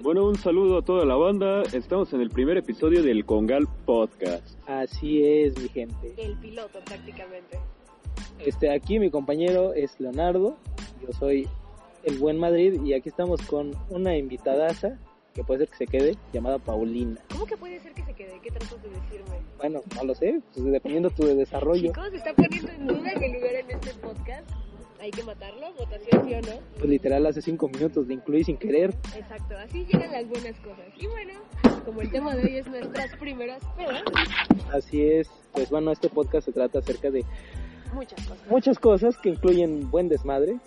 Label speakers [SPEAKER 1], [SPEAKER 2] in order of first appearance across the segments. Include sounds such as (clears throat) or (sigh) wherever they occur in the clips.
[SPEAKER 1] Bueno, un saludo a toda la banda. Estamos en el primer episodio del Congal Podcast.
[SPEAKER 2] Así es, mi gente.
[SPEAKER 3] El piloto prácticamente.
[SPEAKER 2] Este, aquí mi compañero es Leonardo, yo soy el buen Madrid y aquí estamos con una invitadaza que puede ser que se quede, llamada Paulina.
[SPEAKER 3] ¿Cómo que puede ser que se quede? ¿Qué tratas de decirme?
[SPEAKER 2] Bueno, no lo sé, pues, dependiendo tu desarrollo.
[SPEAKER 3] Chicos, se está poniendo en duda el lugar en este podcast. Hay que matarlo, votación sí o no.
[SPEAKER 2] Pues literal hace cinco minutos le incluí sin querer.
[SPEAKER 3] Exacto, así llegan las buenas cosas. Y bueno, como el tema de hoy es nuestras primeras pedas,
[SPEAKER 2] Así es, pues bueno, este podcast se trata acerca de
[SPEAKER 3] muchas cosas.
[SPEAKER 2] muchas cosas que incluyen buen desmadre,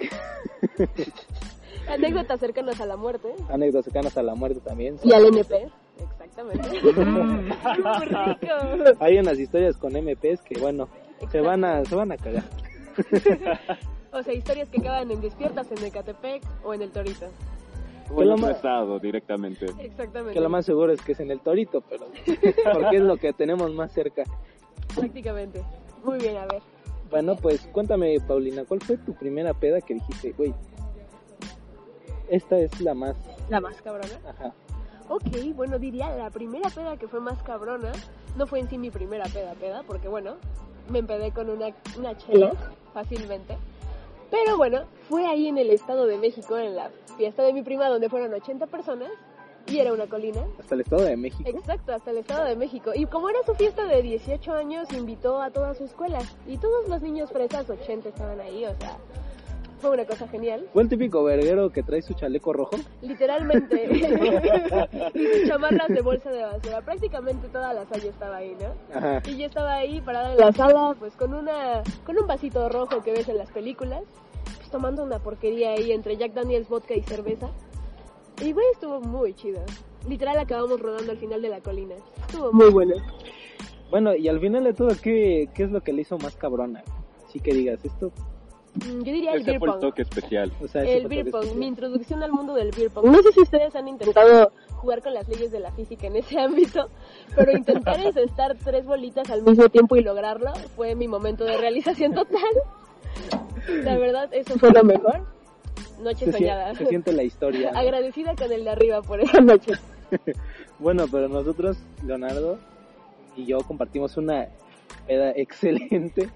[SPEAKER 3] Anécdotas cercanas a la muerte
[SPEAKER 2] anécdotas cercanas a la muerte también.
[SPEAKER 3] y al MP. Exactamente. Muy rico.
[SPEAKER 2] (laughs) Hay unas historias con MPs que bueno, se van a, se van a cagar.
[SPEAKER 3] O sea, historias que acaban en despiertas en Ecatepec o en el Torito.
[SPEAKER 1] O en
[SPEAKER 2] lo
[SPEAKER 1] otro
[SPEAKER 2] más-
[SPEAKER 1] estado directamente.
[SPEAKER 3] Exactamente.
[SPEAKER 2] Que lo más seguro es que es en el torito,
[SPEAKER 3] (laughs)
[SPEAKER 2] pero porque es lo que tenemos más cerca.
[SPEAKER 3] Prácticamente. Muy bien, a ver.
[SPEAKER 2] Bueno, pues cuéntame, Paulina, ¿cuál fue tu primera peda que dijiste, güey? Esta es la más.
[SPEAKER 3] La más cabrona.
[SPEAKER 2] Ajá.
[SPEAKER 3] Ok, bueno, diría la primera peda que fue más cabrona. No fue en sí mi primera peda, peda, porque bueno, me empedé con una, una chela fácilmente. Pero bueno, fue ahí en el Estado de México, en la fiesta de mi prima, donde fueron 80 personas y era una colina.
[SPEAKER 2] Hasta el Estado de México.
[SPEAKER 3] Exacto, hasta el Estado de México. Y como era su fiesta de 18 años, invitó a toda su escuela. Y todos los niños fresas, 80 estaban ahí, o sea, fue una cosa genial.
[SPEAKER 2] Fue el típico verguero que trae su chaleco rojo.
[SPEAKER 3] Literalmente. (laughs) y sus chamarras de bolsa de basura. Prácticamente toda la sala estaba ahí, ¿no?
[SPEAKER 2] Ajá.
[SPEAKER 3] Y yo estaba ahí parada en la sala, pues con una con un vasito rojo que ves en las películas, pues tomando una porquería ahí entre Jack Daniels vodka y cerveza. Y güey, estuvo muy chido. Literal acabamos rodando al final de la colina. Estuvo muy bueno.
[SPEAKER 2] Bueno, y al final de todo, ¿qué, qué es lo que le hizo más cabrona? Sí que digas esto.
[SPEAKER 3] Mm, Yo diría el
[SPEAKER 1] Este
[SPEAKER 3] beer
[SPEAKER 1] fue el
[SPEAKER 3] pong.
[SPEAKER 1] toque especial.
[SPEAKER 2] O sea,
[SPEAKER 3] El
[SPEAKER 2] eso
[SPEAKER 3] beer
[SPEAKER 2] fue todo
[SPEAKER 3] pong,
[SPEAKER 2] esto.
[SPEAKER 3] mi introducción al mundo del beer pong. No sé si ustedes han intentado jugar con las leyes de la física en ese ámbito, pero intentar encestar tres bolitas al mismo tiempo y lograrlo fue mi momento de realización total. La verdad, eso fue lo mejor. Noche
[SPEAKER 2] Se, sien-
[SPEAKER 3] soñada.
[SPEAKER 2] se
[SPEAKER 3] (laughs)
[SPEAKER 2] siente la historia. ¿no?
[SPEAKER 3] Agradecida con el de arriba por esa noche.
[SPEAKER 2] Bueno, pero nosotros, Leonardo y yo compartimos una peda (laughs) excelente,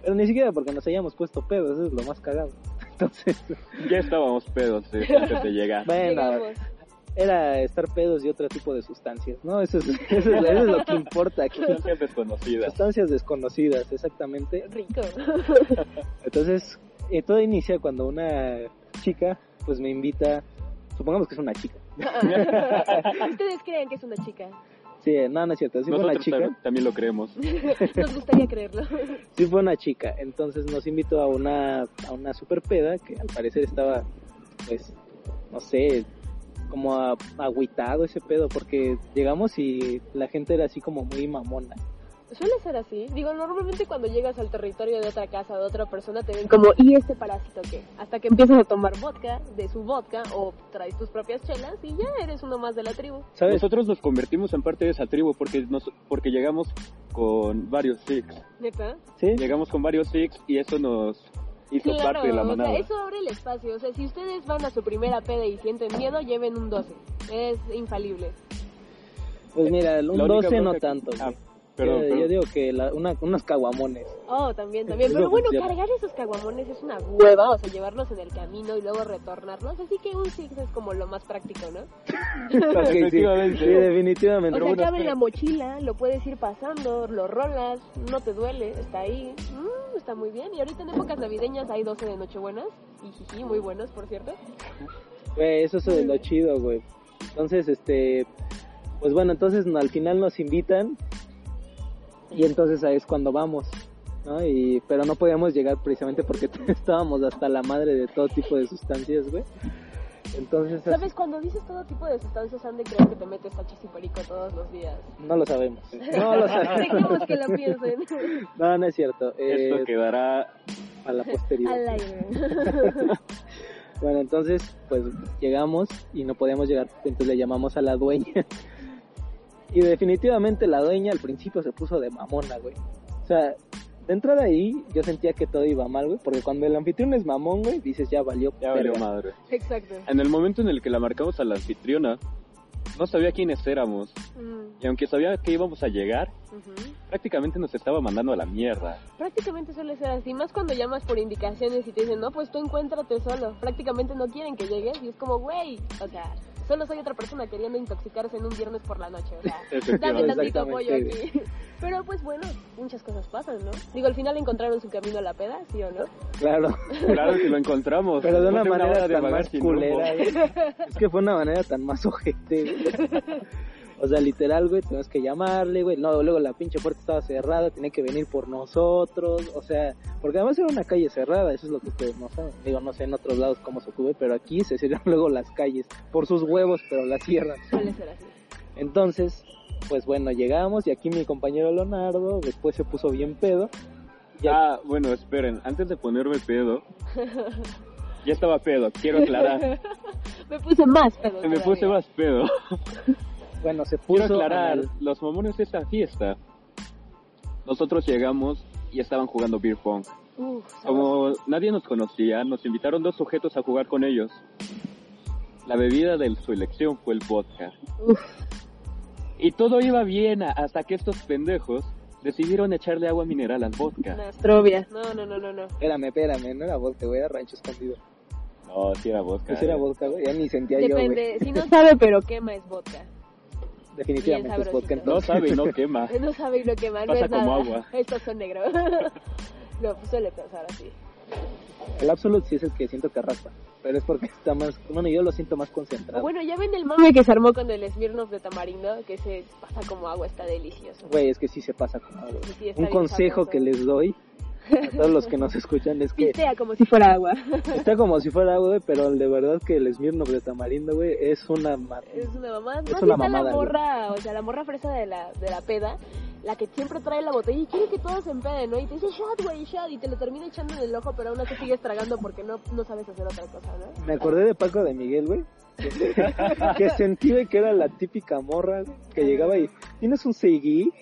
[SPEAKER 2] pero ni siquiera porque nos hayamos puesto pedos, eso es lo más cagado. (laughs) Entonces,
[SPEAKER 1] Ya estábamos pedos eh, antes de llegar.
[SPEAKER 2] bueno,
[SPEAKER 3] Llegamos.
[SPEAKER 2] era estar pedos y otro tipo de sustancias, ¿no? Eso es, (laughs) eso es- eso es lo que importa aquí.
[SPEAKER 1] Sustancias desconocidas.
[SPEAKER 2] Sustancias desconocidas, exactamente. (laughs)
[SPEAKER 3] Rico.
[SPEAKER 2] Entonces, eh, todo inicia cuando una chica, pues me invita, supongamos que es una chica.
[SPEAKER 3] ¿Ustedes creen que es una (laughs) chica?
[SPEAKER 2] Sí, eh, no, no es cierto, sí fue una
[SPEAKER 1] Nosotros
[SPEAKER 2] chica.
[SPEAKER 1] tam- también lo creemos.
[SPEAKER 3] Nos gustaría creerlo.
[SPEAKER 2] Sí fue una chica, entonces nos invitó a una, a una super peda que al parecer estaba, pues, no sé, como a- agüitado ese pedo, porque llegamos y la gente era así como muy mamona.
[SPEAKER 3] Suele ser así. Digo, normalmente cuando llegas al territorio de otra casa, de otra persona, te ven como, ¿y este parásito qué? Hasta que empiezas a tomar vodka, de su vodka, o traes tus propias chelas y ya eres uno más de la tribu.
[SPEAKER 2] ¿Sabes?
[SPEAKER 1] Nosotros nos convertimos en parte de esa tribu porque nos, porque llegamos con varios six.
[SPEAKER 3] ¿Neta?
[SPEAKER 2] Sí,
[SPEAKER 1] Llegamos con varios six y eso nos hizo parte de la
[SPEAKER 3] o sea,
[SPEAKER 1] manada.
[SPEAKER 3] eso abre el espacio. O sea, si ustedes van a su primera peda y sienten miedo, lleven un 12. Es infalible.
[SPEAKER 2] pues mira, un
[SPEAKER 1] La única
[SPEAKER 2] 12 no
[SPEAKER 1] bronca-
[SPEAKER 2] tanto.
[SPEAKER 1] Ah,
[SPEAKER 2] güey.
[SPEAKER 1] perdón,
[SPEAKER 2] yo, yo
[SPEAKER 1] perdón.
[SPEAKER 2] digo que la- una- unos
[SPEAKER 1] (laughs)
[SPEAKER 2] caguamones.
[SPEAKER 3] Oh, también, también.
[SPEAKER 2] Eso
[SPEAKER 3] Pero bueno,
[SPEAKER 2] funciona.
[SPEAKER 3] cargar esos caguamones es una hueva, o sea, llevarlos en el camino y luego retornarlos. Así que un six es como lo más práctico, ¿no?
[SPEAKER 2] Ok, sí,
[SPEAKER 1] Efectivamente.
[SPEAKER 2] sí, definitivamente.
[SPEAKER 3] O sea,
[SPEAKER 1] Pero bueno,
[SPEAKER 3] cabe en
[SPEAKER 1] espera.
[SPEAKER 3] la mochila, lo puedes ir pasando, lo rolas, no te duele, está ahí. Mm, está muy bien. Y ahorita en épocas navideñas hay 12 de Nochebuenas. Y jiji, muy buenos, por cierto.
[SPEAKER 2] Güey, eso es lo chido, güey. Entonces, este, pues bueno, entonces no, al final nos invitan y entonces ahí es cuando vamos, ¿no? Y, pero no podíamos llegar precisamente porque (laughs) estábamos hasta la madre de todo tipo de sustancias, güey. Entonces, así-
[SPEAKER 3] ¿Sabes? Cuando dices todo tipo de sustancias, han de creer que te metes tachas y perico todos los días.
[SPEAKER 2] no lo (laughs) sabemos. No lo sabemos.
[SPEAKER 3] Dejemos que lo piensen.
[SPEAKER 2] No, no es cierto. Eh,
[SPEAKER 1] Esto quedará
[SPEAKER 2] (laughs) A la posteridad.
[SPEAKER 3] Al aire.
[SPEAKER 2] Bueno, entonces, pues llegamos y no podíamos llegar, entonces le llamamos a la dueña. (laughs) Y definitivamente la dueña al principio se puso de mamona, güey. O sea, de entrada ahí yo sentía que todo iba mal, güey, porque cuando el anfitrión es mamón, güey, dices ya valió.
[SPEAKER 1] ya valió
[SPEAKER 2] verga.
[SPEAKER 1] madre.
[SPEAKER 3] Exacto.
[SPEAKER 1] En el momento en el que la marcamos a la anfitriona, no sabía quiénes éramos.
[SPEAKER 3] Mm,
[SPEAKER 1] Y aunque sabía que íbamos a llegar,
[SPEAKER 3] ujú.
[SPEAKER 1] prácticamente nos estaba mandando a la mierda.
[SPEAKER 3] Prácticamente suele ser así, más cuando llamas por indicaciones y te dicen, no, pues tú encuéntrate solo. Prácticamente no quieren que llegues y es como, güey, o sea, solo soy otra persona queriendo intoxicarse en un viernes por la noche, o sea,
[SPEAKER 1] (laughs)
[SPEAKER 3] dame
[SPEAKER 1] Efectivamente.
[SPEAKER 3] tantito apoyo
[SPEAKER 2] Exactamente.
[SPEAKER 3] aquí. (laughs) Pero pues bueno, muchas cosas pasan, ¿no? Digo, al final encontraron su camino a la peda, ¿sí o no?
[SPEAKER 2] Claro.
[SPEAKER 1] Claro que lo encontramos.
[SPEAKER 2] Pero de una
[SPEAKER 1] Después
[SPEAKER 2] manera
[SPEAKER 1] hora de
[SPEAKER 2] tan
[SPEAKER 1] vagar
[SPEAKER 2] más
[SPEAKER 1] sin
[SPEAKER 2] culera, eh.
[SPEAKER 1] rumbo. (laughs)
[SPEAKER 2] güey. Es que fue una manera tan más ojete, güey. O sea, literal, güey, tenemos que llamarle, güey. No, luego la pinche puerta estaba cerrada, tenía que venir por nosotros. O sea, porque además era una calle cerrada, eso es lo que ustedes no saben. Digo, no sé en otros lados cómo se ocurre, pero aquí se cierran (laughs) luego las calles por sus huevos, pero las cierran.
[SPEAKER 3] Suele ser así.
[SPEAKER 2] Entonces, pues bueno, llegamos y aquí mi compañero Leonardo después se puso bien pedo. Ya,
[SPEAKER 1] Ah, bueno, esperen, antes de ponerme pedo, ya estaba pedo, quiero aclarar.
[SPEAKER 3] Me puse más pedo.
[SPEAKER 1] Me
[SPEAKER 3] todavía.
[SPEAKER 1] puse más pedo.
[SPEAKER 2] bueno, se puso.
[SPEAKER 1] Quiero aclarar,
[SPEAKER 2] anal.
[SPEAKER 1] los mamones de esta fiesta, nosotros llegamos y estaban jugando beer pong.
[SPEAKER 3] Uf, sabroso.
[SPEAKER 1] Como nadie nos conocía, nos invitaron dos sujetos a jugar con ellos. La bebida de su elección fue el vodka.
[SPEAKER 3] Uf.
[SPEAKER 1] Y todo iba bien a- hasta que estos pendejos decidieron echarle agua mineral al vodka.
[SPEAKER 3] Unas trovias. No, no, no, no, no.
[SPEAKER 2] Espérame, espérame, no era vodka, güey, era rancho escondido.
[SPEAKER 1] No, si era vodka. eh.
[SPEAKER 2] Pues era vodka, güey, ya ni sentía yo, güey.
[SPEAKER 3] Depende,
[SPEAKER 2] (laughs)
[SPEAKER 3] si no sabe pero quema es vodka.
[SPEAKER 2] Definitivamente
[SPEAKER 3] Bien
[SPEAKER 2] es vodka,
[SPEAKER 3] sabrosito.
[SPEAKER 1] No
[SPEAKER 2] entonces.
[SPEAKER 1] sabe, y no
[SPEAKER 3] (laughs)
[SPEAKER 1] quema.
[SPEAKER 3] No sabe lo que más no
[SPEAKER 1] Pasa
[SPEAKER 3] es
[SPEAKER 1] como
[SPEAKER 3] nada.
[SPEAKER 1] agua.
[SPEAKER 3] (laughs) Estos son negros. no, pues suele pasar así.
[SPEAKER 2] (laughs) El Absolute sí es el que siento que raspa, pero es porque está más, bueno, yo lo siento más
[SPEAKER 3] O
[SPEAKER 2] concentrado.
[SPEAKER 3] bueno, ya ven el mame que se armó con el Smirnoff de tamarindo, que se pasa como agua, está delicioso.
[SPEAKER 2] Güey, es que sí se pasa con algo.
[SPEAKER 3] Sí, sí, está
[SPEAKER 2] Un
[SPEAKER 3] bien
[SPEAKER 2] consejo
[SPEAKER 3] sabroso.
[SPEAKER 2] que les doy a todos los que nos escuchan es
[SPEAKER 3] (laughs)
[SPEAKER 2] que
[SPEAKER 3] Pistea como si fuera agua.
[SPEAKER 2] está como si fuera agua, güey, pero de verdad que el Smirnoff de tamarindo, güey, es una ma-
[SPEAKER 3] Es una mamá.
[SPEAKER 2] Es
[SPEAKER 3] Más
[SPEAKER 2] una
[SPEAKER 3] está
[SPEAKER 2] mamada,
[SPEAKER 3] la
[SPEAKER 2] güey.
[SPEAKER 3] morra, o sea, la morra fresa de la, de la peda, la que siempre trae la botella y quiere que todos se empeden, ¿no? Y te dice shot, güey, shot, y te lo termina echando en el ojo, pero aún así sigues tragando porque no, no sabes hacer otra cosa, ¿no?
[SPEAKER 2] Me acordé de Paco de Miguel,
[SPEAKER 3] (laughs)
[SPEAKER 2] güey. que sentí güey, que era la típica morra güey, que llegaba y ¿tienes un seguí?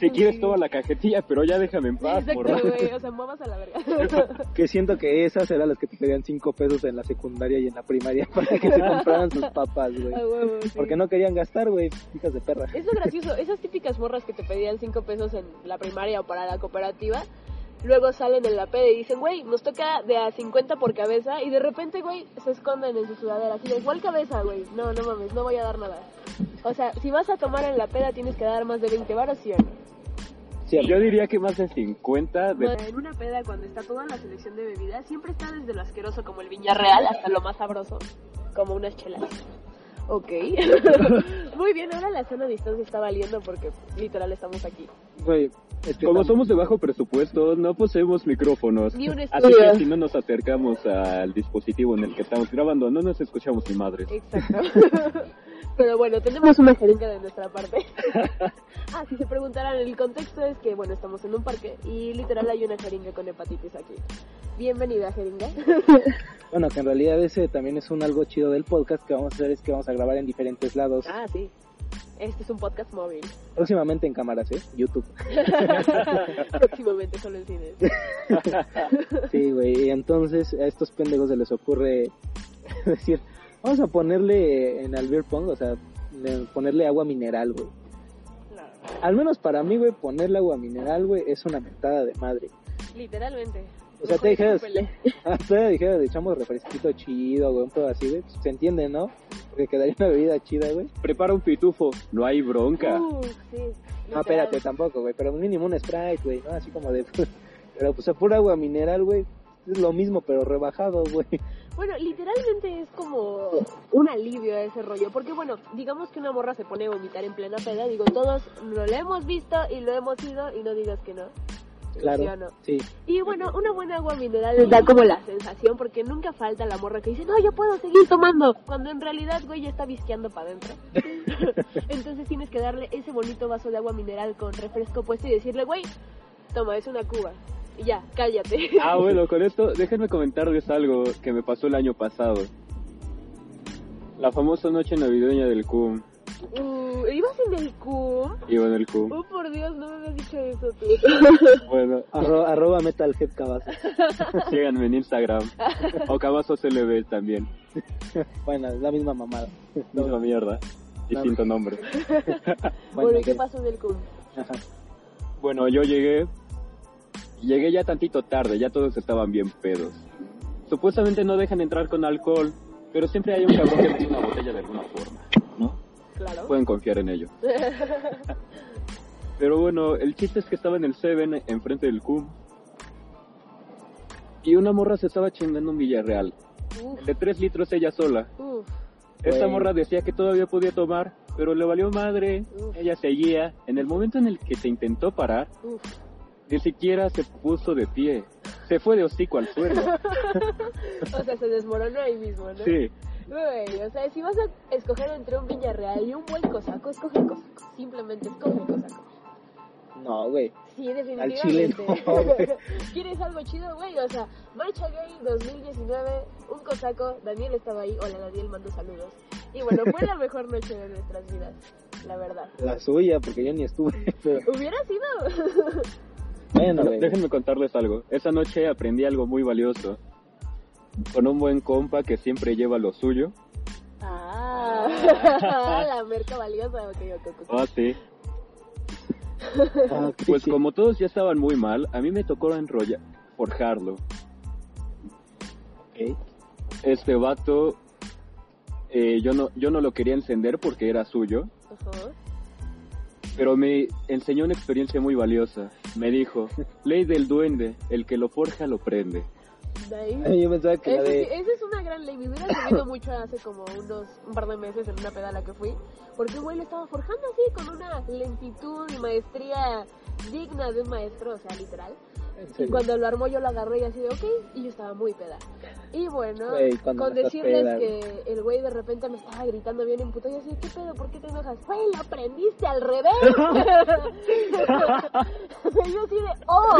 [SPEAKER 1] Si quieres
[SPEAKER 3] (laughs)
[SPEAKER 1] toda la cajetilla, pero ya déjame en paz,
[SPEAKER 3] Exacto,
[SPEAKER 1] morra.
[SPEAKER 3] güey, o sea, muevas a la verga.
[SPEAKER 2] Que siento que esas eran las que te pedían cinco pesos en la secundaria y en la primaria (laughs) para que te compraran sus papas, güey.
[SPEAKER 3] A huevo, sí.
[SPEAKER 2] (laughs) Porque no querían gastar, güey, hijas de perra.
[SPEAKER 3] Ah, Es lo gracioso, esas típicas morras que te pedían 5 pesos en la primaria o para la cooperativa, luego salen en la peda y dicen, güey, nos toca de a 50 por cabeza, y de repente, güey, se esconden en su sudadera, así de, ¿cuál cabeza, güey? No, no mames, no voy a dar nada. O sea, si vas a tomar en la peda tienes que dar más de 20 varos, ¿sí o no?
[SPEAKER 2] Cierto.
[SPEAKER 1] Yo diría que más de 50 de
[SPEAKER 3] En una peda, cuando está toda la selección de bebidas, siempre está desde lo asqueroso como el viñarreal hasta lo más sabroso, como unas chelas. (laughs) Ok. Muy bien, ahora la cena a distancia está valiendo porque literal estamos aquí.
[SPEAKER 2] Güey, es que
[SPEAKER 1] Como
[SPEAKER 2] estamos-
[SPEAKER 1] somos de bajo presupuesto, no poseemos micrófonos.
[SPEAKER 3] Ni un
[SPEAKER 1] Así
[SPEAKER 3] estudio.
[SPEAKER 1] que si no nos acercamos al dispositivo en el que estamos grabando, no nos escuchamos ni madres.
[SPEAKER 3] Exacto. (laughs) Pero bueno, tenemos una jeringa de nuestra parte. (laughs) ah, si se preguntaran, el contexto es que, bueno, estamos en un parque y literal hay una jeringa con hepatitis aquí. Bienvenida, jeringa.
[SPEAKER 2] Bueno, que en realidad ese también es un algo chido del podcast que vamos a hacer es que vamos a grabar en diferentes lados.
[SPEAKER 3] ah, sí. Este es un podcast móvil. (laughs)
[SPEAKER 2] Próximamente en cámaras, ¿eh? YouTube.
[SPEAKER 3] Próximamente solo en (laughs) cines.
[SPEAKER 2] Sí, güey, y entonces a estos pendejos se les ocurre (laughs) decir, vamos a ponerle en al beer pong, o sea, le- ponerle agua mineral, güey.
[SPEAKER 3] No,
[SPEAKER 2] Al menos para mí, güey, ponerle agua mineral, güey, es una mentada de madre.
[SPEAKER 3] literalmente.
[SPEAKER 2] O sea,
[SPEAKER 3] Mejor
[SPEAKER 2] te dijeras,
[SPEAKER 3] escúpele.
[SPEAKER 2] (laughs) ah, te dijeras, le echamos refresquito chido, güey, un pedo así, güey, se entiende, ¿no? Porque quedaría una bebida chida, güey.
[SPEAKER 1] Prepara un pitufo, no hay bronca.
[SPEAKER 3] Uh, sí.
[SPEAKER 2] No, espérate, tampoco, güey, pero mínimo un Sprite, güey, ¿no? Así como de... (laughs) Pero pues a pura agua mineral, güey, es lo mismo, pero rebajado, güey. (laughs)
[SPEAKER 3] Bueno, literalmente es como un alivio a ese rollo, porque bueno, digamos que una morra se pone a vomitar en plena peda, digo, todos lo hemos visto y lo hemos ido y no digas que no. ¿Sí o
[SPEAKER 2] Claro,
[SPEAKER 3] no?
[SPEAKER 2] sí.
[SPEAKER 3] Y bueno, una buena agua mineral les da como la sensación, porque nunca falta la morra que dice, no, yo puedo seguir tomando, cuando en realidad, güey, ya está visqueando para adentro. Entonces tienes que darle ese bonito vaso de agua mineral con refresco puesto y decirle, güey, toma, es una cuba. Y ya, cállate.
[SPEAKER 1] Ah, bueno, con esto déjenme comentarles algo que me pasó el año pasado. La famosa noche navideña del CUM.
[SPEAKER 3] (laughs) Uh, ¿Ibas en el cum?
[SPEAKER 1] Iba en el Q.
[SPEAKER 3] Oh, por Dios, no me habías dicho eso tú.
[SPEAKER 1] Bueno, (laughs)
[SPEAKER 3] (laughs)
[SPEAKER 2] Arro- arroba Metalhead Cabazo.
[SPEAKER 1] síganme en Instagram. O Cabazo CLB también.
[SPEAKER 2] Bueno, es la misma
[SPEAKER 1] (laughs)
[SPEAKER 2] mamada.
[SPEAKER 1] Misma mierda. Distinto nombre.
[SPEAKER 2] Bueno,
[SPEAKER 3] Bueno, ¿y qué
[SPEAKER 2] ok.
[SPEAKER 3] pasó en el cum?
[SPEAKER 2] (laughs) Ajá.
[SPEAKER 1] Bueno, yo llegué. Llegué ya tantito tarde, ya todos estaban bien pedos. Supuestamente no dejan entrar con alcohol, pero siempre hay un cabrón que mete una botella de alguna forma, ¿no?
[SPEAKER 3] Claro.
[SPEAKER 1] Pueden confiar en ello. Pero bueno, el chiste es que estaba en el Seven, enfrente del CUM. Y una morra se estaba chingando un Villarreal.
[SPEAKER 3] Uf,
[SPEAKER 1] De 3 litros ella sola.
[SPEAKER 3] uf,
[SPEAKER 1] Esta
[SPEAKER 2] Güey.
[SPEAKER 1] morra decía que todavía podía tomar, pero le valió madre.
[SPEAKER 3] Uf.
[SPEAKER 1] Ella seguía. En el momento en el que se intentó parar,
[SPEAKER 3] uf.
[SPEAKER 1] ni siquiera se puso de pie. Se fue de hocico al
[SPEAKER 3] (laughs)
[SPEAKER 1] suelo.
[SPEAKER 3] O sea, se desmoronó ahí mismo, ¿no?
[SPEAKER 1] Sí.
[SPEAKER 3] Güey, o sea, si vas a escoger entre un Villarreal y un buen cosaco, escoge el cosaco. Simplemente escoge el cosaco.
[SPEAKER 2] No, güey.
[SPEAKER 3] Sí,
[SPEAKER 2] Al chile
[SPEAKER 3] definitivamente.
[SPEAKER 2] no, güey.
[SPEAKER 3] (laughs) ¿Quieres algo chido, güey? O sea, Marcha Gay 2019, un cosaco. Daniel estaba ahí. Hola, Daniel, mando saludos. Y bueno, fue la mejor noche de nuestras vidas, la verdad.
[SPEAKER 2] La suya, porque yo ni estuve. (laughs) Pero
[SPEAKER 3] Hubiera sido.
[SPEAKER 2] bueno,
[SPEAKER 1] Bueno,
[SPEAKER 2] güey.
[SPEAKER 1] déjenme contarles algo. Esa noche aprendí algo muy valioso. Con un buen compa que siempre lleva lo suyo.
[SPEAKER 3] Ah, (laughs) la merca valiosa. Ok, ok, ok.
[SPEAKER 1] Ah, sí. (laughs)
[SPEAKER 2] Ah, qué
[SPEAKER 1] Pues
[SPEAKER 2] chido.
[SPEAKER 1] como todos ya estaban muy mal, a mí me tocó enrollar, forjarlo.
[SPEAKER 2] Ok.
[SPEAKER 1] Este vato, eh, yo, no, yo no lo quería encender porque era suyo,
[SPEAKER 3] Ajá.
[SPEAKER 1] pero me enseñó una experiencia muy valiosa. Me
[SPEAKER 3] (laughs)
[SPEAKER 1] dijo, ley del duende, el que lo forja lo prende.
[SPEAKER 3] De ahí.
[SPEAKER 2] Ay, Yo pensaba que la
[SPEAKER 3] Esa, sí- eh,
[SPEAKER 2] de.
[SPEAKER 3] esa es una gran ley. Me hubiera servido mucho hace como unos un par de meses en una pedala que fui. Porque, güey, lo estaba forjando así con una lentitud y maestría digna de un maestro, o sea, literal.
[SPEAKER 2] en
[SPEAKER 3] Y
[SPEAKER 2] serio.
[SPEAKER 3] cuando lo armó, yo lo agarré y así de, ok, y yo estaba muy peda. Y bueno,
[SPEAKER 2] Güey, cuando
[SPEAKER 3] con
[SPEAKER 2] no estás
[SPEAKER 3] decirles
[SPEAKER 2] peda,
[SPEAKER 3] que el güey de repente me estaba gritando bien emputado, yo así, ¿qué pedo? ¿Por qué te enojas? Güey, lo prendiste al revés.
[SPEAKER 2] (laughs)
[SPEAKER 3] y (laughs) yo así de, oh,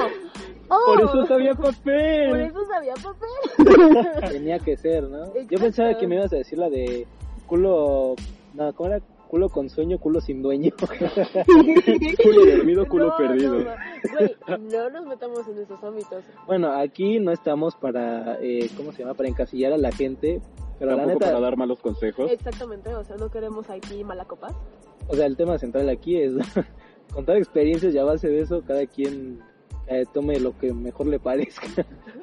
[SPEAKER 3] oh.
[SPEAKER 1] Por eso sabía
[SPEAKER 3] por
[SPEAKER 1] papel.
[SPEAKER 3] eso
[SPEAKER 1] (laughs)
[SPEAKER 3] sabía papel.
[SPEAKER 2] Tenía que ser, ¿no? Yo
[SPEAKER 3] Exacto.
[SPEAKER 2] pensaba que me ibas a decir la de culo. No, ¿cómo era? Culo con sueño, culo sin dueño. (laughs)
[SPEAKER 1] Culo dormido, culo
[SPEAKER 3] No,
[SPEAKER 1] perdido.
[SPEAKER 3] No, no. Güey, no nos metamos en esos ámbitos.
[SPEAKER 2] bueno, aquí no estamos para, eh, ¿cómo se llama? Para encasillar a la gente. Pero la
[SPEAKER 1] Tampoco
[SPEAKER 2] neta,
[SPEAKER 1] para dar malos consejos.
[SPEAKER 3] Exactamente, o sea, no queremos aquí malacopas.
[SPEAKER 2] o sea, el tema central aquí es (laughs) contar experiencias y a base de eso, cada quien eh, tome lo que mejor le parezca.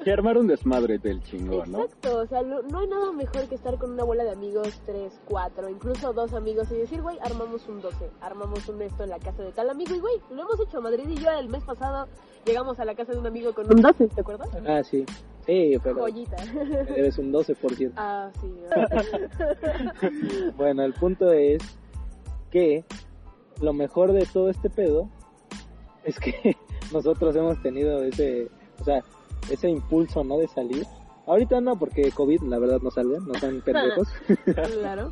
[SPEAKER 1] Y armar un desmadre del chingón, ¿no?
[SPEAKER 3] Exacto, o sea, lo- no hay nada mejor que estar con una bola de amigos, tres, cuatro, incluso dos amigos y decir, güey, armamos un 12, armamos un esto en la casa de tal amigo y, güey, lo hemos hecho. Madrid y yo el mes pasado llegamos a la casa de un amigo con un 12, ¿te acuerdas?
[SPEAKER 2] (laughs) ah, sí. Sí, pero
[SPEAKER 3] Joyita. (laughs)
[SPEAKER 2] me debes un 12%.
[SPEAKER 3] ah,
[SPEAKER 1] (laughs)
[SPEAKER 3] sí. ¿verdad?
[SPEAKER 2] Bueno, el punto es que lo mejor de todo este pedo es que (laughs) nosotros hemos tenido ese, o sea, ese impulso, ¿no? De salir. Ahorita no, porque COVID, la verdad, no salgan, no sean pendejos.
[SPEAKER 3] claro.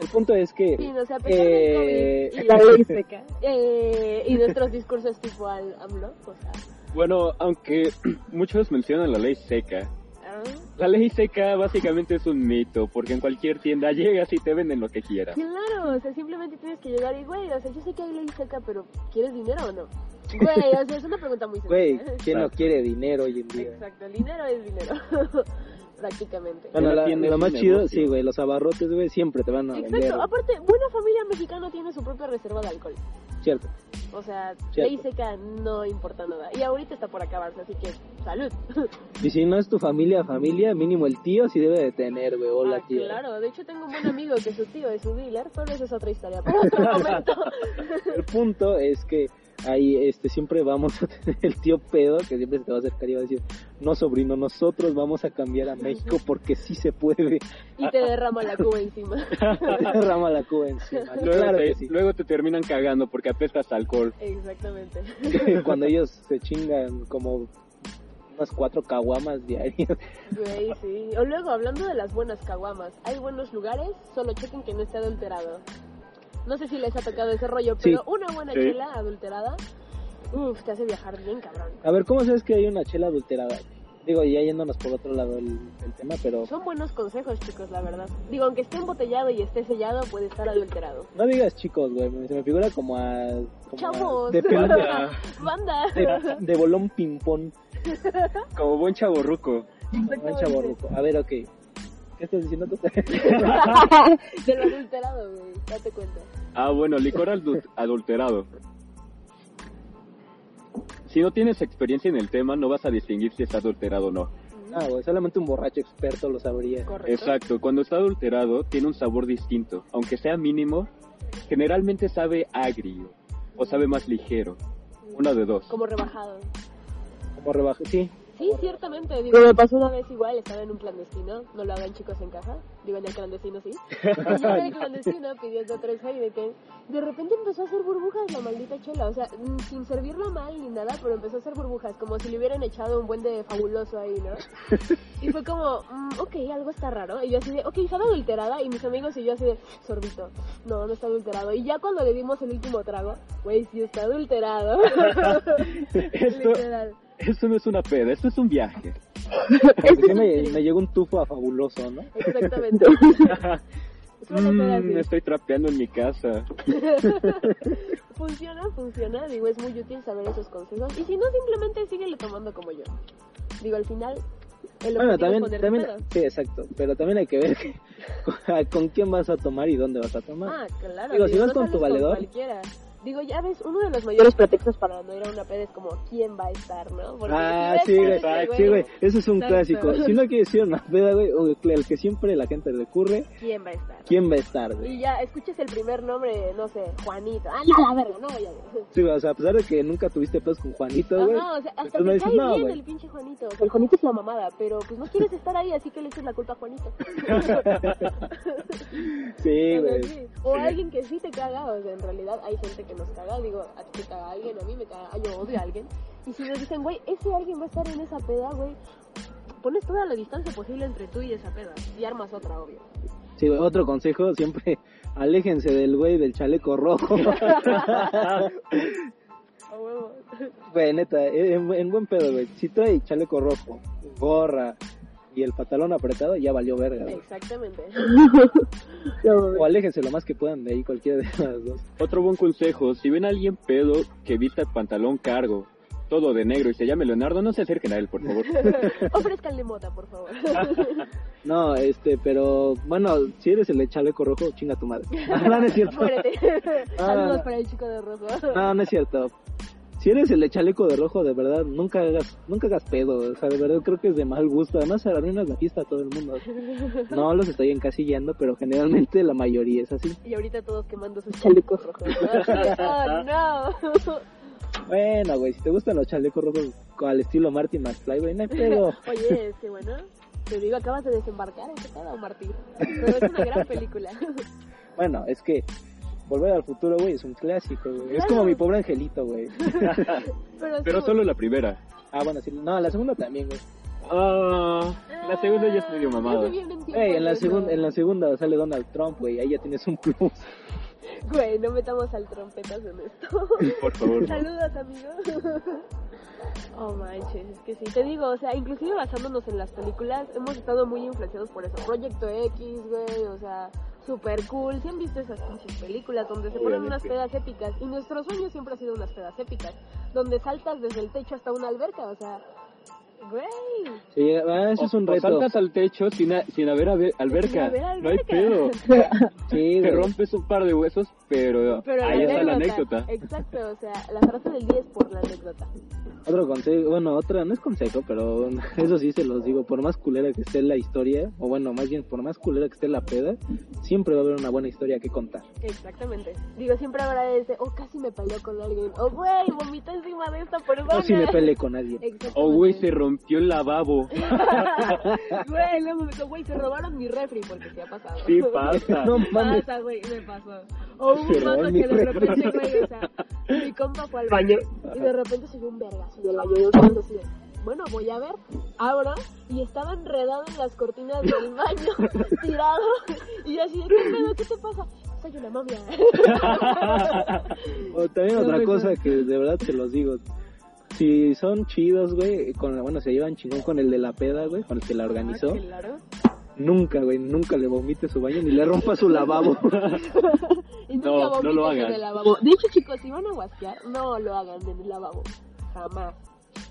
[SPEAKER 2] El punto es que...
[SPEAKER 3] Sí, no, o sea, a pesar
[SPEAKER 2] Eh,
[SPEAKER 3] del COVID y la ley seca, eh, y nuestros discursos tipo al AMLO, o sea,
[SPEAKER 1] Bueno, aunque (clears throat) muchos mencionan la ley seca,
[SPEAKER 3] ah,
[SPEAKER 1] La ley seca básicamente es un mito, porque en cualquier tienda llegas y te venden lo que quieras.
[SPEAKER 3] claro, o sea, simplemente tienes que llegar y, güey, o sea, yo sé que hay ley seca, pero ¿quieres dinero o no? Güey, o sea, es una pregunta muy
[SPEAKER 2] Güey,
[SPEAKER 3] sencilla. ¿eh?
[SPEAKER 2] ¿quién no
[SPEAKER 1] Exacto.
[SPEAKER 2] quiere dinero hoy en día?
[SPEAKER 3] Exacto, el dinero es dinero, (laughs) prácticamente.
[SPEAKER 2] Bueno,
[SPEAKER 1] Una
[SPEAKER 2] la-
[SPEAKER 1] tienda
[SPEAKER 2] lo
[SPEAKER 1] es
[SPEAKER 2] más
[SPEAKER 1] un
[SPEAKER 2] chido,
[SPEAKER 1] negocio.
[SPEAKER 2] sí, güey, los abarrotes, güey, siempre te van a vender.
[SPEAKER 3] Exacto, aparte, buena familia mexicana tiene su propia reserva de alcohol.
[SPEAKER 2] Cierto.
[SPEAKER 3] O sea,
[SPEAKER 2] Cierto.
[SPEAKER 3] ley seca no importa nada. Y ahorita está por acabarse, así que salud.
[SPEAKER 2] Y si no es tu familia, familia, mínimo el tío sí debe de tener, güey, o la
[SPEAKER 3] Ah,
[SPEAKER 2] tía.
[SPEAKER 3] claro, de hecho tengo un buen amigo que su tío es un dealer, pero eso es otra
[SPEAKER 2] (laughs)
[SPEAKER 3] historia, para otro momento.
[SPEAKER 2] El punto es que ahí este siempre vamos a tener el tío pedo que siempre se te va a acercar y va a decir, no sobrino, nosotros vamos a cambiar a México porque sí se puede. (laughs)
[SPEAKER 3] y te derrama la cuba encima. (laughs)
[SPEAKER 2] Derrama la cuba encima.
[SPEAKER 1] Luego,
[SPEAKER 2] Claro
[SPEAKER 1] te,
[SPEAKER 2] que (laughs) sí.
[SPEAKER 1] luego te terminan cagando porque apestas
[SPEAKER 2] (laughs)
[SPEAKER 1] a alcohol.
[SPEAKER 3] Exactamente.
[SPEAKER 2] Cuando ellos se chingan como unas cuatro caguamas diarias.
[SPEAKER 3] Güey, sí. O luego, hablando de las buenas caguamas, hay buenos lugares, solo chequen que no esté adulterado. No sé si les ha tocado ese rollo,
[SPEAKER 2] Sí.
[SPEAKER 3] pero una buena
[SPEAKER 1] Sí.
[SPEAKER 3] chela adulterada, uff, te hace viajar bien, cabrón.
[SPEAKER 2] A ver, ¿cómo sabes que hay una chela adulterada? Digo, ya yéndonos por otro lado el, el tema, pero
[SPEAKER 3] Son buenos consejos, chicos, la verdad. Digo, aunque esté embotellado y esté sellado, puede estar adulterado.
[SPEAKER 2] no digas chicos, güey. me- Se me figura como a. Como a-
[SPEAKER 3] Chavos.
[SPEAKER 2] de,
[SPEAKER 1] (laughs)
[SPEAKER 2] pelón-
[SPEAKER 3] Banda.
[SPEAKER 2] de, de bolón ping-pong.
[SPEAKER 1] Como buen chaborruco.
[SPEAKER 2] Ay, chavorruco. A ver, ok. ¿Qué estás diciendo tú? (laughs)
[SPEAKER 3] Del adulterado, güey. Date cuenta.
[SPEAKER 1] Ah, bueno, licor adu- adulterado. Si no tienes experiencia en el tema, no vas a distinguir si está adulterado o no.
[SPEAKER 2] no, güey. Solamente un borracho experto lo sabría.
[SPEAKER 3] Correcto.
[SPEAKER 1] Exacto, cuando está adulterado tiene un sabor distinto, aunque sea mínimo, generalmente sabe agrio o sabe más ligero, una de dos.
[SPEAKER 3] Como rebajado.
[SPEAKER 2] Como rebaje.
[SPEAKER 3] (laughs)
[SPEAKER 2] Sí.
[SPEAKER 3] Sí, ciertamente. Digo, me pasó una vez igual, estaba en un clandestino. No lo hagan chicos en casa. Digo, en el clandestino (laughs) sí. Y yo en el clandestino pidiendo tres Heineken. De repente empezó a hacer burbujas la maldita chela. O sea, mm, sin servirla mal ni nada, pero empezó a hacer burbujas. Como si le hubieran echado un buen de fabuloso ahí, (laughs) ¿no? Y fue como, mm, ok, algo está raro. Y yo así de, ok, estaba adulterada. Y mis amigos y yo así de, sorbito. No, no está adulterado. Y ya cuando le dimos el último trago, güey, sí está adulterado.
[SPEAKER 1] (laughs)
[SPEAKER 3] (laughs)
[SPEAKER 1] Esto,
[SPEAKER 3] Literal.
[SPEAKER 1] esto no es una peda, esto es un
[SPEAKER 3] (laughs)
[SPEAKER 1] viaje.
[SPEAKER 2] Porque sí me, me llegó un tufo a fabuloso, ¿no? (laughs)
[SPEAKER 3] Este Exactamente. Suele ser así.
[SPEAKER 1] Mm, estoy trapeando en mi casa.
[SPEAKER 3] Funciona, funciona. Digo, es muy útil saber esos consejos. Y si no, simplemente síguele tomando como yo. Digo, al final, el objetivo
[SPEAKER 2] Bueno,
[SPEAKER 3] es
[SPEAKER 2] también,
[SPEAKER 3] ponerte
[SPEAKER 2] también,
[SPEAKER 3] pedo.
[SPEAKER 2] sí, exacto, pero también hay que ver que- (laughs) con, ah, con quién vas a tomar y dónde vas a tomar.
[SPEAKER 3] Ah, claro.
[SPEAKER 2] Digo, si vas
[SPEAKER 3] no
[SPEAKER 2] con
[SPEAKER 3] sales
[SPEAKER 2] tu valedor.
[SPEAKER 3] cualquiera. Digo, ya ves, uno de los mayores pretextos para no ir a una peda es como, ¿quién va a estar, no? Porque
[SPEAKER 2] Ah,
[SPEAKER 3] si
[SPEAKER 2] sí,
[SPEAKER 3] no
[SPEAKER 2] güey,
[SPEAKER 3] estás, este
[SPEAKER 2] sí, güey, eso es un
[SPEAKER 3] Exacto.
[SPEAKER 2] clásico. Si no quieres ir a una peda, güey, o el que siempre la gente recurre,
[SPEAKER 3] ¿Quién va a estar?
[SPEAKER 2] ¿quién va a estar, güey?
[SPEAKER 3] Y ya escuchas el primer nombre, no sé, Juanito. Ah, no, la verga, no voy a ver.
[SPEAKER 2] Sí, güey, o sea, a pesar de que nunca tuviste pedos con Juanito, güey.
[SPEAKER 3] Ajá, o sea, hasta
[SPEAKER 2] entonces me
[SPEAKER 3] me
[SPEAKER 2] dices,
[SPEAKER 3] cae
[SPEAKER 2] no,
[SPEAKER 3] bien
[SPEAKER 2] güey.
[SPEAKER 3] el pinche Juanito. O sea, el Juanito es la mamada, pero pues no quieres estar ahí, así que le eches la culpa a Juanito. (laughs)
[SPEAKER 2] Sí,
[SPEAKER 3] O sea,
[SPEAKER 2] güey.
[SPEAKER 3] sí. O alguien que sí te caga, o sea, en realidad hay gente que nos caga, digo, a ti te caga alguien, a mí me caga, yo odio a alguien. Y si nos dicen, güey, ese alguien va a estar en esa peda, güey, pones toda la distancia posible entre tú y esa peda. Y armas otra, obvio.
[SPEAKER 2] Sí, güey, otro consejo, siempre (laughs) aléjense del güey del chaleco rojo.
[SPEAKER 3] (laughs) A huevo.
[SPEAKER 2] Güey, neta, en, en buen pedo, güey. Si trae chaleco rojo, gorra y el pantalón apretado, ya valió verga, güey.
[SPEAKER 3] (laughs) Exactamente.
[SPEAKER 2] (laughs) O aléjense lo más que puedan de ahí, cualquiera de las dos.
[SPEAKER 1] Otro buen consejo, si ven a alguien pedo que vista pantalón cargo, todo de negro y se llame Leonardo, no se acerquen a él, por
[SPEAKER 3] (laughs)
[SPEAKER 1] favor.
[SPEAKER 3] Ofrezcanle mota, por favor. (laughs)
[SPEAKER 2] No, este, pero bueno, si eres el de chaleco rojo, chinga tu madre. No, no es cierto.
[SPEAKER 3] Muérete.
[SPEAKER 2] Ah.
[SPEAKER 3] Saludos para el chico de rosa.
[SPEAKER 2] No, no es cierto. Si eres el de chaleco de rojo, de verdad, nunca hagas, nunca hagas pedo. O sea, de verdad creo que es de mal gusto. Además, se arruinas la fiesta a todo el mundo. No los estoy encasillando, pero generalmente la mayoría es así.
[SPEAKER 3] Y ahorita todos quemando sus chalecos rojos.
[SPEAKER 1] (laughs)
[SPEAKER 3] Oh, no.
[SPEAKER 2] Bueno, güey, si te gustan los chalecos rojos al estilo Marty McFly, güey, no hay
[SPEAKER 3] (laughs)
[SPEAKER 2] pedo.
[SPEAKER 3] Oye, es que bueno, te digo, acabas de desembarcar, ¿qué pedo, Martín? Pero es una
[SPEAKER 1] (laughs)
[SPEAKER 3] gran película.
[SPEAKER 2] Bueno, es que Volver al futuro, güey, es un clásico, güey. Es como mi pobre angelito, güey.
[SPEAKER 3] Pero, es
[SPEAKER 1] Pero
[SPEAKER 3] como-
[SPEAKER 1] solo la primera.
[SPEAKER 2] Ah, bueno, sí. No, la segunda también, güey.
[SPEAKER 1] Ah, la segunda ya es medio
[SPEAKER 3] Ah,
[SPEAKER 1] mamada.
[SPEAKER 3] yo viví un tiempo
[SPEAKER 2] Güey, en la,
[SPEAKER 3] de eso.
[SPEAKER 2] segunda, en la segunda sale Donald Trump, güey. Ahí ya tienes un plus. (laughs)
[SPEAKER 3] Güey, no metamos al trompetas en esto.
[SPEAKER 1] Por (laughs)
[SPEAKER 3] (laughs)
[SPEAKER 1] favor. no.
[SPEAKER 3] Saludos, amigo. (laughs) Oh manches, es que sí, te digo, o sea, inclusive basándonos en las películas, hemos estado muy influenciados por eso. Proyecto X, güey, o sea, super cool. Si han visto esas pinches películas donde se ponen unas
[SPEAKER 1] Obviamente.
[SPEAKER 3] pedas épicas, y nuestro sueño siempre ha sido unas pedas épicas, donde saltas desde el techo hasta una alberca, o sea, güey.
[SPEAKER 2] Sí, ah, eso es un
[SPEAKER 1] O- o
[SPEAKER 2] reto.
[SPEAKER 1] saltas al techo sin, a- sin haber abe- alberca.
[SPEAKER 3] Sin haber
[SPEAKER 1] No hay
[SPEAKER 3] alberca.
[SPEAKER 1] pedo.
[SPEAKER 2] (laughs)
[SPEAKER 1] (laughs)
[SPEAKER 2] Sí,
[SPEAKER 1] Te
[SPEAKER 2] güey.
[SPEAKER 1] rompes un par de huesos, pero,
[SPEAKER 3] Pero
[SPEAKER 1] ahí
[SPEAKER 3] la
[SPEAKER 1] está la
[SPEAKER 3] anécdota.
[SPEAKER 1] anécdota.
[SPEAKER 3] Exacto, o sea, la frase del día es por la anécdota.
[SPEAKER 2] Otro consejo, bueno, otra, no es consejo, pero (laughs) eso sí se los digo, por más culera que esté la historia, o bueno, más bien, por más culera que esté la peda, siempre va a haber una buena historia que contar.
[SPEAKER 3] Exactamente. Digo, siempre habrá ese, oh, casi me peleó con alguien. Oh, güey, vomité encima de esta persona.
[SPEAKER 2] O si me peleé con
[SPEAKER 3] (laughs)
[SPEAKER 2] alguien.
[SPEAKER 3] Exactamente.
[SPEAKER 1] Oh, güey, se rompió el lavabo.
[SPEAKER 3] Güey, luego me dijo, güey, se robaron mi refri porque se ha pasado. (laughs)
[SPEAKER 1] Sí, pasa.
[SPEAKER 2] No mames.
[SPEAKER 3] Pasa, güey, me pasó. O hubo
[SPEAKER 2] Se
[SPEAKER 3] un
[SPEAKER 2] robó
[SPEAKER 3] vato
[SPEAKER 2] mi
[SPEAKER 3] que de repente, güey, o sea, mi compa fue al baño y de repente se oyó un vergazo del baño. Y yo cuando así de, bueno, voy a ver, abro y estaba enredado en las cortinas del baño, (laughs) tirado. Y yo así de, ¿qué pedo? ¿Qué te pasa? Soy una momia.
[SPEAKER 2] O también
[SPEAKER 3] No,
[SPEAKER 2] otra
[SPEAKER 3] güey,
[SPEAKER 2] cosa
[SPEAKER 3] no.
[SPEAKER 2] que de verdad se los digo, si son chidos, güey, con, bueno, se llevan chingón con el de la peda, güey, con el que la organizó.
[SPEAKER 3] Ah, claro.
[SPEAKER 2] Nunca, güey, nunca le vomite su baño ni le rompa su
[SPEAKER 3] (laughs)
[SPEAKER 2] lavabo.
[SPEAKER 3] Y
[SPEAKER 1] No,
[SPEAKER 3] nunca
[SPEAKER 1] no
[SPEAKER 3] vomiten
[SPEAKER 1] lo
[SPEAKER 3] en
[SPEAKER 1] hagan.
[SPEAKER 3] el lavabo. De hecho, chicos, si van a guasquear, no lo hagan en el lavabo. Jamás.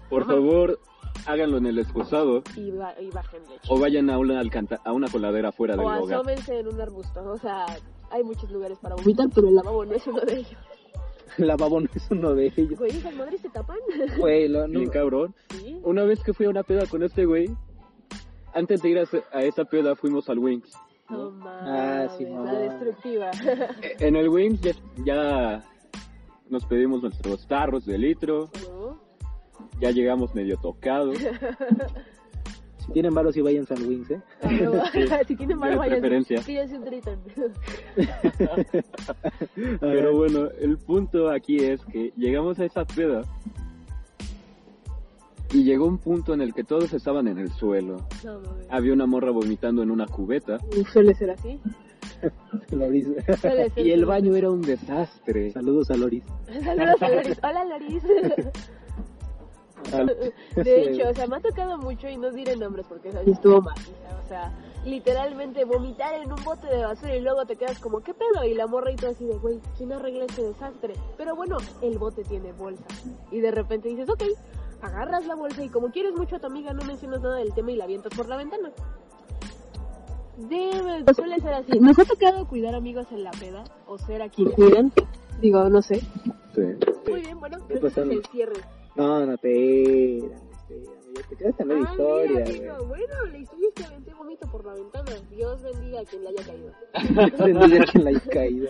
[SPEAKER 1] Por
[SPEAKER 3] Ajá.
[SPEAKER 1] favor, háganlo en el excusado
[SPEAKER 3] Y, ba- y bájenle.
[SPEAKER 1] o vayan a una, alcanta- a una coladera fuera del
[SPEAKER 3] O
[SPEAKER 1] hogar.
[SPEAKER 3] asómense en un arbusto. O sea, hay muchos lugares para vomitar, pero el lavabo no es uno de ellos.
[SPEAKER 2] el lavabo no es uno de ellos.
[SPEAKER 3] Güey, esas madres se tapan. (laughs)
[SPEAKER 2] Güey, lo- no-
[SPEAKER 1] Bien cabrón.
[SPEAKER 3] Sí.
[SPEAKER 1] Una vez que fui a una peda con este güey, antes de ir a, ese- a esa peda fuimos al
[SPEAKER 3] (laughs)
[SPEAKER 1] Wings.
[SPEAKER 3] No
[SPEAKER 2] Ah,
[SPEAKER 3] mames.
[SPEAKER 2] sí, mamá.
[SPEAKER 3] la destructiva. (laughs)
[SPEAKER 1] Eh, En el Wings ya, ya nos pedimos nuestros tarros de litro,
[SPEAKER 3] Uh,
[SPEAKER 1] ya llegamos medio (laughs) tocados.
[SPEAKER 2] si tienen varos y vayan San Wings, ¿eh?
[SPEAKER 3] ah, no. si tienen mal,
[SPEAKER 1] De
[SPEAKER 3] vayan.
[SPEAKER 1] preferencia.
[SPEAKER 3] Pídanse un Triton.
[SPEAKER 1] Pero bueno, el punto aquí es que llegamos a esa peda y llegó un punto en el que todos estaban en el suelo.
[SPEAKER 3] (laughs) No mames.
[SPEAKER 1] Había una morra vomitando en una cubeta
[SPEAKER 3] Uh, suele ser así.
[SPEAKER 2] (laughs) Loris.
[SPEAKER 3] Suele ser
[SPEAKER 1] y el
[SPEAKER 3] así.
[SPEAKER 1] baño era un desastre.
[SPEAKER 2] Saludos a Loris.
[SPEAKER 3] (laughs) Saludos a Loris. Hola, Loris. De hecho, o sea, me ha tocado mucho y no diré nombres porque eso sí estuvo mal. O sea, literalmente vomitar en un bote de basura y luego te quedas como, ¿qué pedo? Y la morra y tú así de, güey, ¿quién arregla este desastre? Pero bueno, el bote tiene bolsa. Y de repente dices, ok, agarras la bolsa y como quieres mucho a tu amiga, no mencionas nada del tema y la avientas por la ventana. Debe, suele ser así. Nos ha tocado cuidar amigos en la peda o ser aquí. ¿Cuidan? Digo, no sé. Muy bien, bueno,
[SPEAKER 2] ¿Qué
[SPEAKER 3] ese es
[SPEAKER 2] pasaron?
[SPEAKER 3] el cierre.
[SPEAKER 2] No, no te. espérame, ya Te quedaste en la
[SPEAKER 3] Ah,
[SPEAKER 2] historia,
[SPEAKER 3] mira,
[SPEAKER 2] güey.
[SPEAKER 3] amigo, Bueno, la historia es que aventé vomito por la ventana. Dios bendiga a quien le haya caído.
[SPEAKER 2] (laughs) Bendiga quien
[SPEAKER 3] (laughs)
[SPEAKER 2] la haya caído.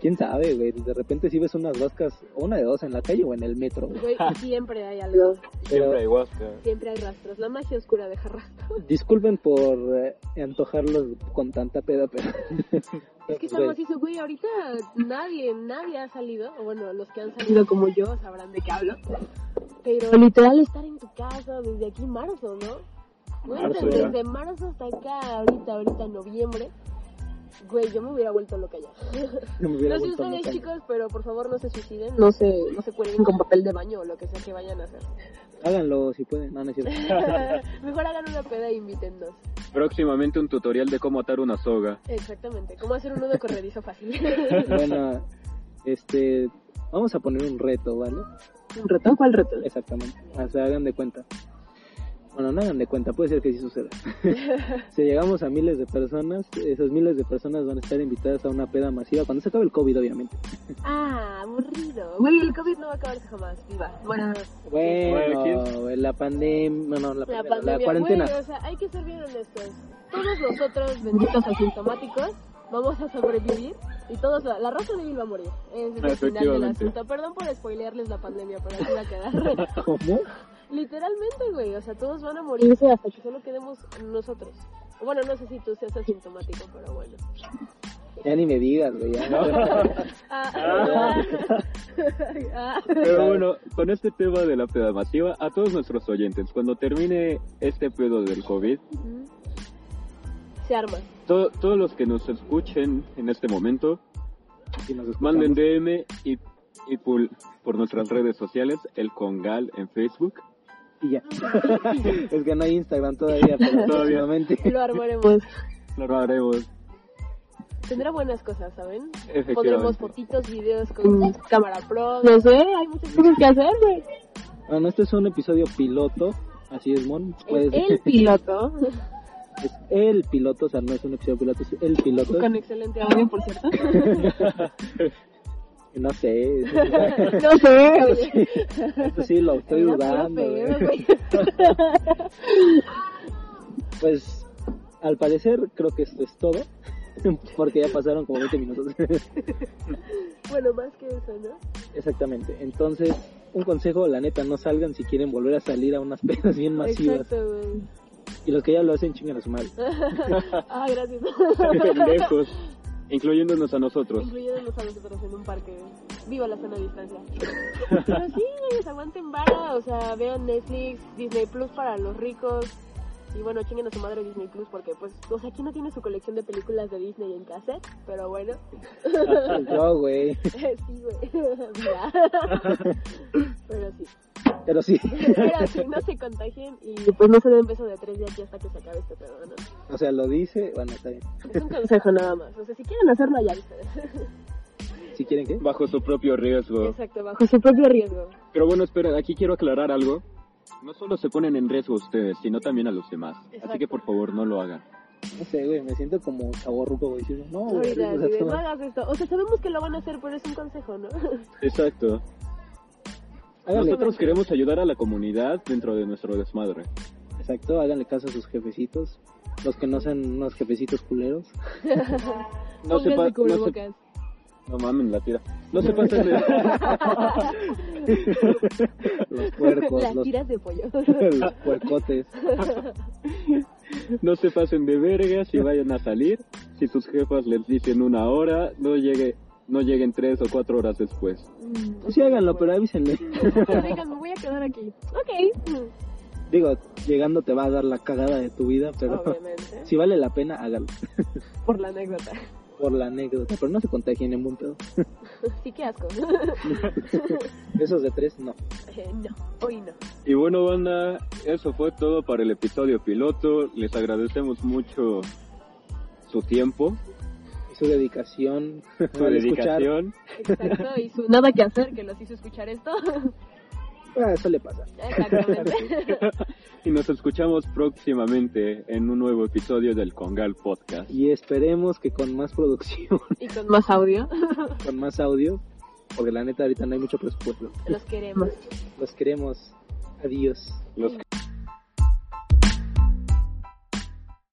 [SPEAKER 2] ¿Quién sabe, güey? De repente si ves unas vascas, una de dos en la calle o en el metro, güey.
[SPEAKER 3] Güey,
[SPEAKER 2] (laughs)
[SPEAKER 3] siempre hay algo.
[SPEAKER 2] Pero-
[SPEAKER 1] hay huasca.
[SPEAKER 3] Siempre hay rastros. La magia oscura deja rastros.
[SPEAKER 2] Disculpen por eh, antojarlos con tanta peda, pero...
[SPEAKER 3] Es
[SPEAKER 2] (laughs)
[SPEAKER 3] que
[SPEAKER 2] Güey,
[SPEAKER 3] estamos así, güey, ahorita nadie, nadie ha salido. O Bueno, los que han salido como yo sabrán de qué hablo. Pero literal estar en tu casa desde aquí marzo, ¿no? Güey,
[SPEAKER 1] Marzo
[SPEAKER 3] desde,
[SPEAKER 1] ya.
[SPEAKER 3] desde marzo hasta acá, ahorita, ahorita noviembre. Güey, yo me hubiera vuelto loca ya.
[SPEAKER 2] me hubiera
[SPEAKER 3] No sé
[SPEAKER 2] vuelto
[SPEAKER 3] ustedes
[SPEAKER 2] loca.
[SPEAKER 3] chicos, pero por favor no se suiciden, no se, no se cuelguen con papel de baño o lo que sea que vayan (laughs) a hacer.
[SPEAKER 2] Háganlo si pueden. No, no es cierto.
[SPEAKER 3] Mejor hagan una peda e invítennos.
[SPEAKER 1] Próximamente un tutorial de cómo atar una soga.
[SPEAKER 3] Exactamente, cómo hacer un nudo corredizo fácil.
[SPEAKER 2] bueno, este... Vamos a poner un reto, ¿vale?
[SPEAKER 3] (laughs) ¿Un reto? ¿Cuál reto?
[SPEAKER 2] Exactamente. O sea, hagan de cuenta. Bueno, no hagan de cuenta, puede ser que sí
[SPEAKER 3] (laughs)
[SPEAKER 2] suceda. si llegamos a miles de personas, esas miles de personas van a estar invitadas a una peda masiva cuando se acabe el COVID, obviamente.
[SPEAKER 3] Ah, aburrido. Güey, el COVID no va a acabarse jamás, viva. Bueno,
[SPEAKER 2] Bueno,
[SPEAKER 1] Bueno,
[SPEAKER 2] la pandemia, no, la,
[SPEAKER 3] la
[SPEAKER 2] pandemia,
[SPEAKER 3] pandemia.
[SPEAKER 2] la cuarentena.
[SPEAKER 3] Güey, o sea, hay que ser bien honestos. Todos nosotros, benditos asintomáticos, vamos a sobrevivir y todos, la, la raza débil va a morir. Ese Es el final del
[SPEAKER 1] Efectivamente.
[SPEAKER 3] asunto. Perdón por spoilearles la pandemia, pero así va a
[SPEAKER 2] (laughs)
[SPEAKER 3] quedar.
[SPEAKER 2] ¿Cómo?
[SPEAKER 3] Literalmente, güey, o sea, todos van a morirse hasta que solo quedemos nosotros. Bueno, no sé si tú seas asintomático, pero bueno.
[SPEAKER 2] Ya ni me digas, güey.
[SPEAKER 1] (laughs)
[SPEAKER 2] ya.
[SPEAKER 3] Ah, ah, (laughs)
[SPEAKER 2] (laughs)
[SPEAKER 3] ah.
[SPEAKER 1] Pero bueno, con este tema de la peda masiva, a todos nuestros oyentes, cuando termine este pedo del COVID,
[SPEAKER 3] Ujú. Se arma.
[SPEAKER 1] to- todos los que nos escuchen en este momento,
[SPEAKER 2] Si nos escuchamos.
[SPEAKER 1] Manden DM y, y pul- por nuestras redes sociales, el Congal en Facebook.
[SPEAKER 2] Y ya. (laughs) es que no hay Instagram todavía, pero
[SPEAKER 1] (laughs) Todavía.
[SPEAKER 2] próximamente.
[SPEAKER 3] Lo armaremos.
[SPEAKER 1] Lo haremos.
[SPEAKER 3] Tendrá buenas cosas, ¿saben?
[SPEAKER 1] Efectivamente.
[SPEAKER 3] Pondremos fotitos, videos con cámara pro. Mm. No sé, hay muchas cosas que hacer, güey.
[SPEAKER 2] Bueno, este es un episodio piloto. Así es, Mon.
[SPEAKER 3] Es
[SPEAKER 2] Puedes-
[SPEAKER 3] Pues, el piloto.
[SPEAKER 2] es el piloto, o sea, no es un episodio piloto, es el piloto.
[SPEAKER 3] (laughs) Con excelente audio, por cierto.
[SPEAKER 2] No sé, es-
[SPEAKER 3] (laughs)
[SPEAKER 2] (laughs)
[SPEAKER 3] no sé, oye.
[SPEAKER 2] esto sí lo estoy
[SPEAKER 3] Era
[SPEAKER 2] dudando. eh.
[SPEAKER 3] puro
[SPEAKER 2] güey.
[SPEAKER 3] pedo, güey. (laughs)
[SPEAKER 2] Pues al parecer creo que esto es todo, (laughs) porque ya pasaron como 20 minutos.
[SPEAKER 3] Bueno, más que eso, ¿no?
[SPEAKER 2] Exactamente. Entonces, un consejo, la neta, no salgan si quieren volver a salir a unas (laughs) pedas bien masivas.
[SPEAKER 3] Exacto, güey.
[SPEAKER 2] Y los que ya lo hacen, chingan a su madre.
[SPEAKER 3] Ah, gracias. (laughs)
[SPEAKER 1] Pendejos. Incluyéndonos a nosotros.
[SPEAKER 3] Incluyéndonos a nosotros en un parque. Viva la sana distancia. Pero sí, güeyes, aguanten vara. O sea, vean Netflix, Disney Plus para los ricos. Y bueno, chinguen a su madre Disney Plus porque, pues, o sea, ¿quién no tiene su colección de películas de Disney en cassette? Pero bueno, (laughs)
[SPEAKER 2] Ah, Yo, güey.
[SPEAKER 3] sí, (laughs) güey. Viva. (laughs) Pero sí.
[SPEAKER 2] Pero sí,
[SPEAKER 3] Pero si no se contagien y pues no se den beso de tres de aquí hasta que se acabe este pedo, ¿no?
[SPEAKER 2] o sea, lo dice, bueno, está bien.
[SPEAKER 3] Es un consejo nada más. O sea, si quieren hacerlo, ya ustedes.
[SPEAKER 2] Si quieren que
[SPEAKER 1] bajo su propio riesgo.
[SPEAKER 3] Exacto, bajo su propio riesgo.
[SPEAKER 1] Pero bueno, espera, aquí quiero aclarar algo. No solo se ponen en riesgo ustedes, sino también a los demás. Así
[SPEAKER 3] Exacto.
[SPEAKER 1] que por favor no lo hagan.
[SPEAKER 2] no sé, güey, me siento como chaborruco, güey, diciendo, no, güey,
[SPEAKER 3] Oigan,
[SPEAKER 2] o sea,
[SPEAKER 3] miren,
[SPEAKER 2] tú no-
[SPEAKER 3] no hagas esto. O sea, sabemos que lo van a hacer, pero es un consejo, ¿no?
[SPEAKER 1] Exacto.
[SPEAKER 2] háganle-
[SPEAKER 1] Nosotros queremos ayudar a la comunidad dentro de nuestro desmadre.
[SPEAKER 2] exacto, háganle caso a sus jefecitos, los que no sean unos jefecitos culeros.
[SPEAKER 1] No se,
[SPEAKER 3] Pónganse
[SPEAKER 1] pa- no, se,
[SPEAKER 3] cubrebocas.
[SPEAKER 1] no mamen la tira. No
[SPEAKER 3] (laughs)
[SPEAKER 1] se pasen de...
[SPEAKER 2] los
[SPEAKER 3] (laughs)
[SPEAKER 2] puercos,
[SPEAKER 3] Las
[SPEAKER 2] los,
[SPEAKER 3] tiras de pollo.
[SPEAKER 2] (laughs) los puercotes.
[SPEAKER 1] no se pasen de verga si vayan a salir. Si sus jefas les dicen una hora, no llegue, no lleguen tres o cuatro horas después.
[SPEAKER 3] Mm,
[SPEAKER 2] Pues Sí, háganlo, pero avísenle.
[SPEAKER 3] Oigan, me voy a quedar aquí. Ok. Mm,
[SPEAKER 2] Digo, llegando te va a dar la cagada de tu vida, pero
[SPEAKER 3] Obviamente.
[SPEAKER 2] si vale la pena, hágalo.
[SPEAKER 3] Por la anécdota.
[SPEAKER 2] Por la anécdota, pero no se contagien en buen
[SPEAKER 1] (laughs)
[SPEAKER 2] pedo.
[SPEAKER 3] Sí, qué asco. (laughs)
[SPEAKER 2] Esos de tres, no.
[SPEAKER 3] Eh, no, hoy no.
[SPEAKER 1] Y bueno, banda, eso fue todo para el episodio piloto. Les agradecemos mucho su tiempo,
[SPEAKER 2] Y su dedicación,
[SPEAKER 1] su
[SPEAKER 2] al
[SPEAKER 1] dedicación.
[SPEAKER 3] Exacto, y su nada que hacer que los hizo escuchar esto.
[SPEAKER 2] escuchar, ah, eso le pasa.
[SPEAKER 3] Exactamente.
[SPEAKER 1] Y nos escuchamos próximamente en un nuevo episodio del Congal Podcast.
[SPEAKER 2] Y esperemos que con más producción, (laughs)
[SPEAKER 3] Y con más audio.
[SPEAKER 2] con más audio, porque la neta ahorita no hay mucho presupuesto.
[SPEAKER 3] Los queremos.
[SPEAKER 2] Los queremos. Adiós.
[SPEAKER 1] Los